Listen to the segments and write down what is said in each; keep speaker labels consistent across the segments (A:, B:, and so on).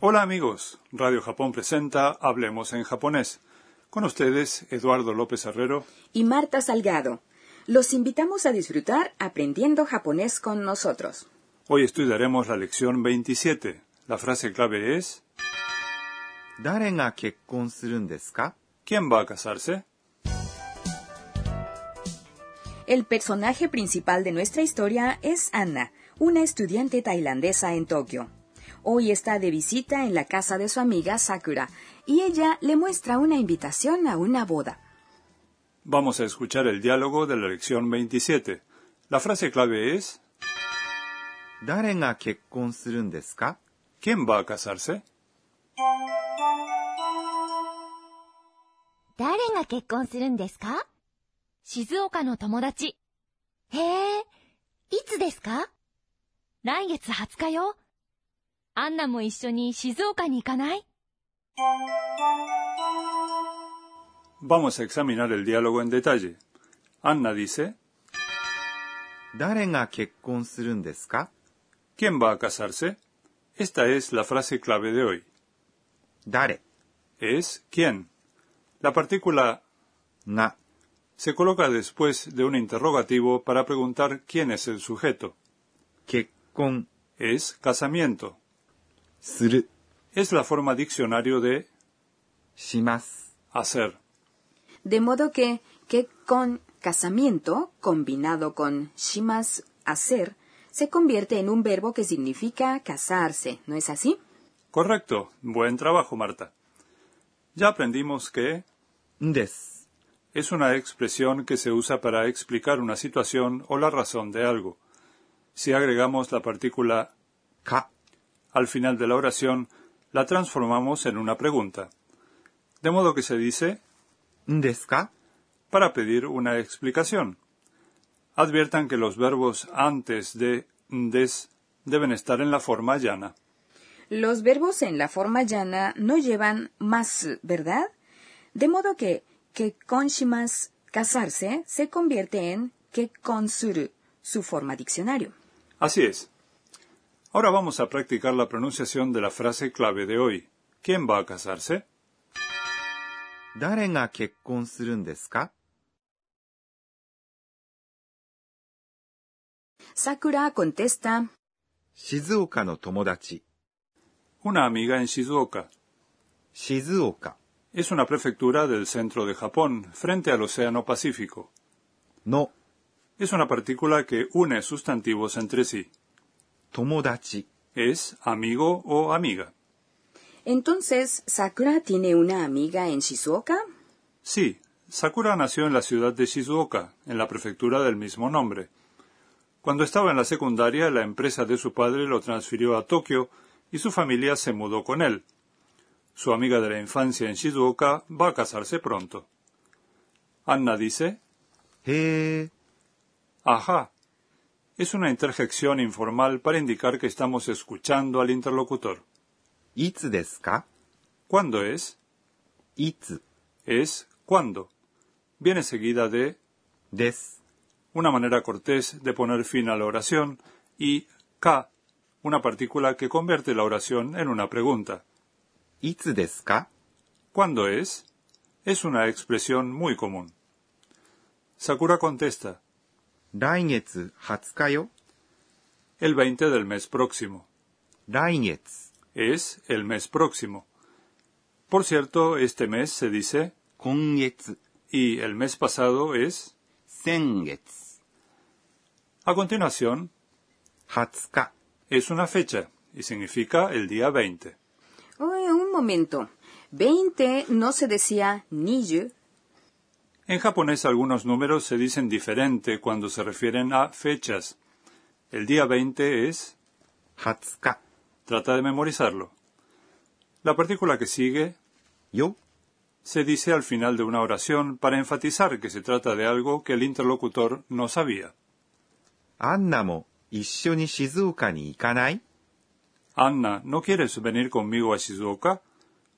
A: Hola amigos, Radio Japón presenta Hablemos en japonés. Con ustedes, Eduardo López Herrero.
B: y Marta Salgado. Los invitamos a disfrutar aprendiendo japonés con nosotros.
A: Hoy estudiaremos la lección 27. La frase clave es
C: 誰が結婚するんですか
A: ¿Quién va a casarse?
B: El personaje principal de nuestra historia es Anna, una estudiante tailandesa en Tokio. Hoy está de visita en la casa de su amiga Sakura y ella le muestra una invitación a una boda.
A: Vamos a escuchar el diálogo de la lección 27. La frase clave es
C: 誰が結婚するんですか
A: ¿Quién va a casarse?
D: 誰が結婚するんですか静岡の友達。へえ、いつですか来月20日よ。アンナも一緒に静岡に行かない
A: Vamos a examinar el diálogo en detalle. Anna dice
C: 誰が結婚するんですか
A: ¿Quién va a casarse? Esta es la frase clave de hoy.
C: 誰
A: Es ¿quién? La partícula
C: が
A: se coloca después de un interrogativo para preguntar quién es el sujeto.
C: 結婚
A: Es casamiento.
C: する
A: Es la forma diccionario de
C: します
A: hacer.
B: De modo que, que con casamiento, combinado con shimas hacer, se convierte en un verbo que significa casarse, ¿no es así?
A: Correcto. Buen trabajo, Marta. Ya aprendimos que
C: んです
A: es una expresión que se usa para explicar una situación o la razón de algo. Si agregamos la partícula
C: か
A: al final de la oración, la transformamos en una pregunta. De modo que se dice
C: んですか
A: para pedir una explicación. Adviertan que los verbos antes de des deben estar en la forma llana.
B: Los verbos en la forma llana no llevan más, ¿verdad? De modo que que conshimas casarse se convierte en que consuru, su forma diccionario.
A: Así es. Ahora vamos a practicar la pronunciación de la frase clave de hoy. ¿Quién va a casarse?
C: 誰が結婚するんですか
B: Sakura contesta
C: 静岡の友達
A: Una amiga en Shizuoka.
C: 静岡
A: Es una prefectura del centro de Japón, frente al Océano Pacífico.
C: の
A: Es una partícula que une sustantivos entre sí.
C: 友達
A: Es amigo o amiga.
B: Entonces, ¿Sakura tiene una amiga en Shizuoka?
A: Sí, Sakura nació en la ciudad de Shizuoka, en la prefectura del mismo nombre. Cuando estaba en la secundaria, la empresa de su padre lo transfirió a Tokio y su familia se mudó con él. Su amiga de la infancia en Shizuoka va a casarse pronto. Anna dice,
C: へえ
A: ajá. Es una interjección informal para indicar que estamos escuchando al interlocutor.
C: いつですか
A: ¿Cuándo es?
C: いつ
A: Es cuándo. Viene seguida de
C: です
A: una manera cortés de poner fin a la oración, y ka, una partícula que convierte la oración en una pregunta.
C: いつですか
A: ¿Cuándo es? Es una expresión muy común. Sakura contesta,
C: 来月20日よ
A: el 20 del mes próximo.
C: 来月
A: Es el mes próximo. Por cierto, este mes se dice
C: 今月
A: y el mes pasado es.
C: 先月
A: A continuación,
C: 20日
A: es una fecha y significa el día 20.
B: Uy, un momento. Veinte no se decía niju.
A: En japonés algunos números se dicen diferente cuando se refieren a fechas. El día 20 es,
C: 20日
A: trata de memorizarlo. La partícula que sigue
C: よ
A: se dice al final de una oración para enfatizar que se trata de algo que el interlocutor no sabía.
C: アンナも一緒に静岡に行かない
A: Anna, ¿no quieres venir conmigo a Shizuoka?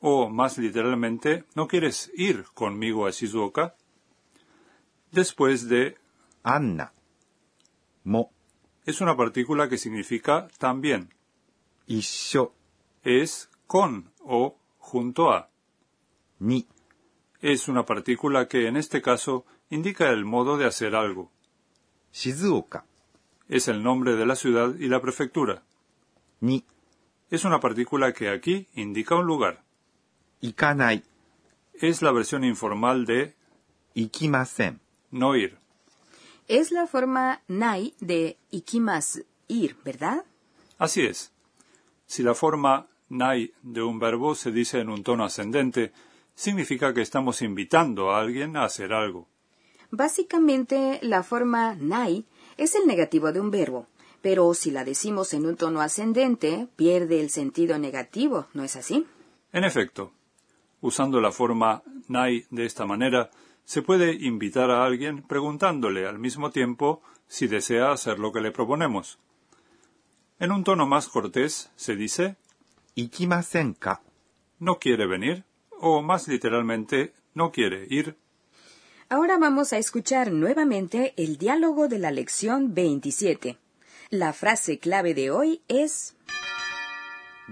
A: O, más literalmente, ¿no quieres ir conmigo a Shizuoka? Después de
C: アンナも
A: es una partícula que significa también.
C: 一緒
A: Es con o junto a.
C: に、
A: Es una partícula que en este caso indica el modo de hacer algo.
C: 静岡
A: Es el nombre de la ciudad y la prefectura.
C: に、
A: Es una partícula que aquí indica un lugar.
C: 行かない、
A: Es la versión informal de
C: 行きません。
A: no ir.
B: Es la forma nai de ikimasu, ir, ¿verdad?
A: Así es. Si la forma nai de un verbo se dice en un tono ascendente, significa que estamos invitando a alguien a hacer algo.
B: Básicamente, la forma nai es el negativo de un verbo, pero si la decimos en un tono ascendente, pierde el sentido negativo, ¿no es así?
A: En efecto, usando la forma nai de esta manera, se puede invitar a alguien preguntándole al mismo tiempo si desea hacer lo que le proponemos. En un tono más cortés se dice
C: 行きませんか
A: no quiere venir o más literalmente no quiere ir.
B: Ahora vamos a escuchar nuevamente el diálogo de la lección 27. La frase clave de hoy es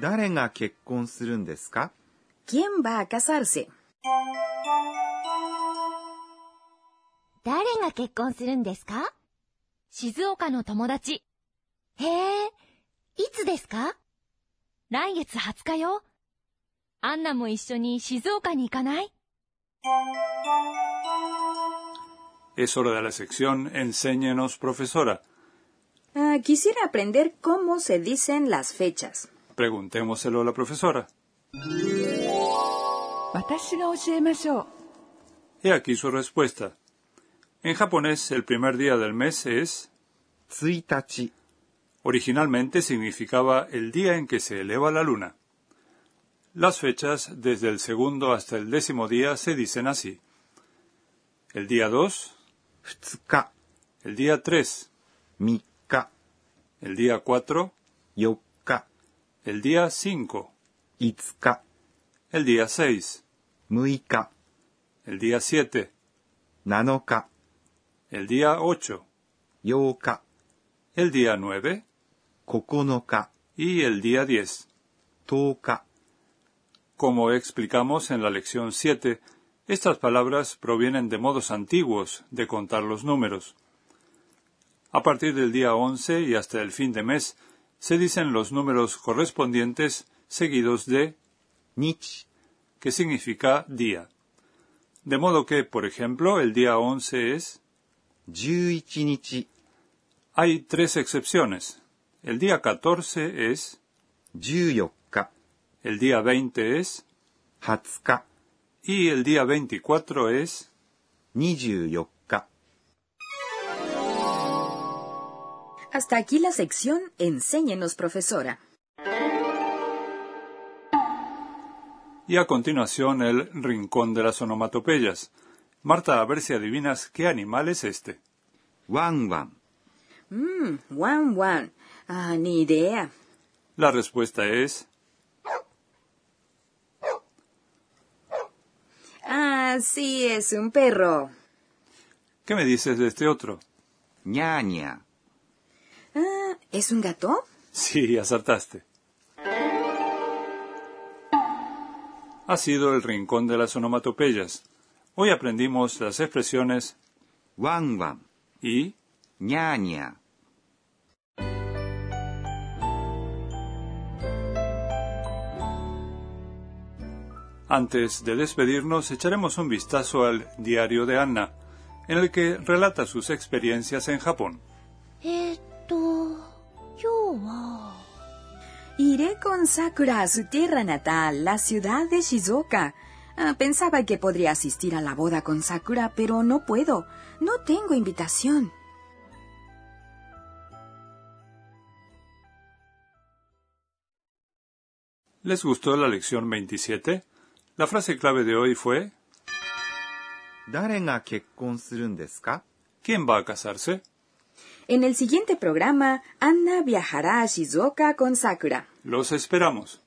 C: 誰が結婚するんですか
B: ¿Quién va a casarse?
D: 誰が結婚するんですか静岡の友達。へえ、いつですか来月20日よ。アンナも一緒に静岡に行かない
A: Es hora de la sección Enséñenos, profesora.
B: Ah, quisiera aprender cómo se dicen las fechas.
A: Preguntémoselo a la profesora.
E: 私が教えましょう
A: He aquí su respuesta. En japonés, el primer día del mes es
C: 1日、
A: originalmente significaba el día en que se eleva la luna. Las fechas desde el segundo hasta el décimo día se dicen así. El día 2,
C: 2日、
A: el día 3,
C: 3日、
A: el día 4,
C: 4日、
A: el día 5,
C: 5日、
A: el día 6,
C: 6日、
A: el día 7,
C: 7日、
A: el día 8,
C: 8日、
A: el día 9
C: 9日、
A: y el día 10.
C: 10日、
A: Como explicamos en la lección 7, estas palabras provienen de modos antiguos de contar los números. A partir del día 11 y hasta el fin de mes se dicen los números correspondientes seguidos de
C: 日、
A: que significa día. De modo que, por ejemplo, el día 11 es...
C: 11日、
A: Hay tres excepciones. El día 14 es...
C: 14日、
A: El día 20 es...
C: 20日、
A: Y el día 24 es...
C: 24日、
B: Hasta aquí la sección Enséñenos, profesora.
A: Y a continuación el rincón de las onomatopeyas. Marta, a ver si adivinas qué animal es este.
C: ワンワン、
B: Mm, Wan Wan. Ah, ni idea.
A: La respuesta es
B: Ah, sí, es un perro.
A: ¿qué me dices de este otro?
C: にゃーにゃー、
B: Ah, ¿es un gato?
A: Sí, acertaste. Ha sido el rincón de las onomatopeyas. Hoy aprendimos las expresiones
C: ワンワン、
A: y
C: にゃーにゃー。
A: Antes de despedirnos, echaremos un vistazo al diario de Anna, en el que relata sus experiencias en Japón.
D: えー、っと、今日は、
B: Iré con Sakura a su tierra natal, la ciudad de Shizuoka. Ah, pensaba que podría asistir a la boda con Sakura, pero no puedo. No tengo invitación.
A: ¿Les gustó la lección 27? La frase clave de hoy fue
C: 誰が結婚するんですか
A: ¿Quién va a casarse?
B: En el siguiente programa, Anna viajará a Shizuoka con Sakura.
A: Los esperamos.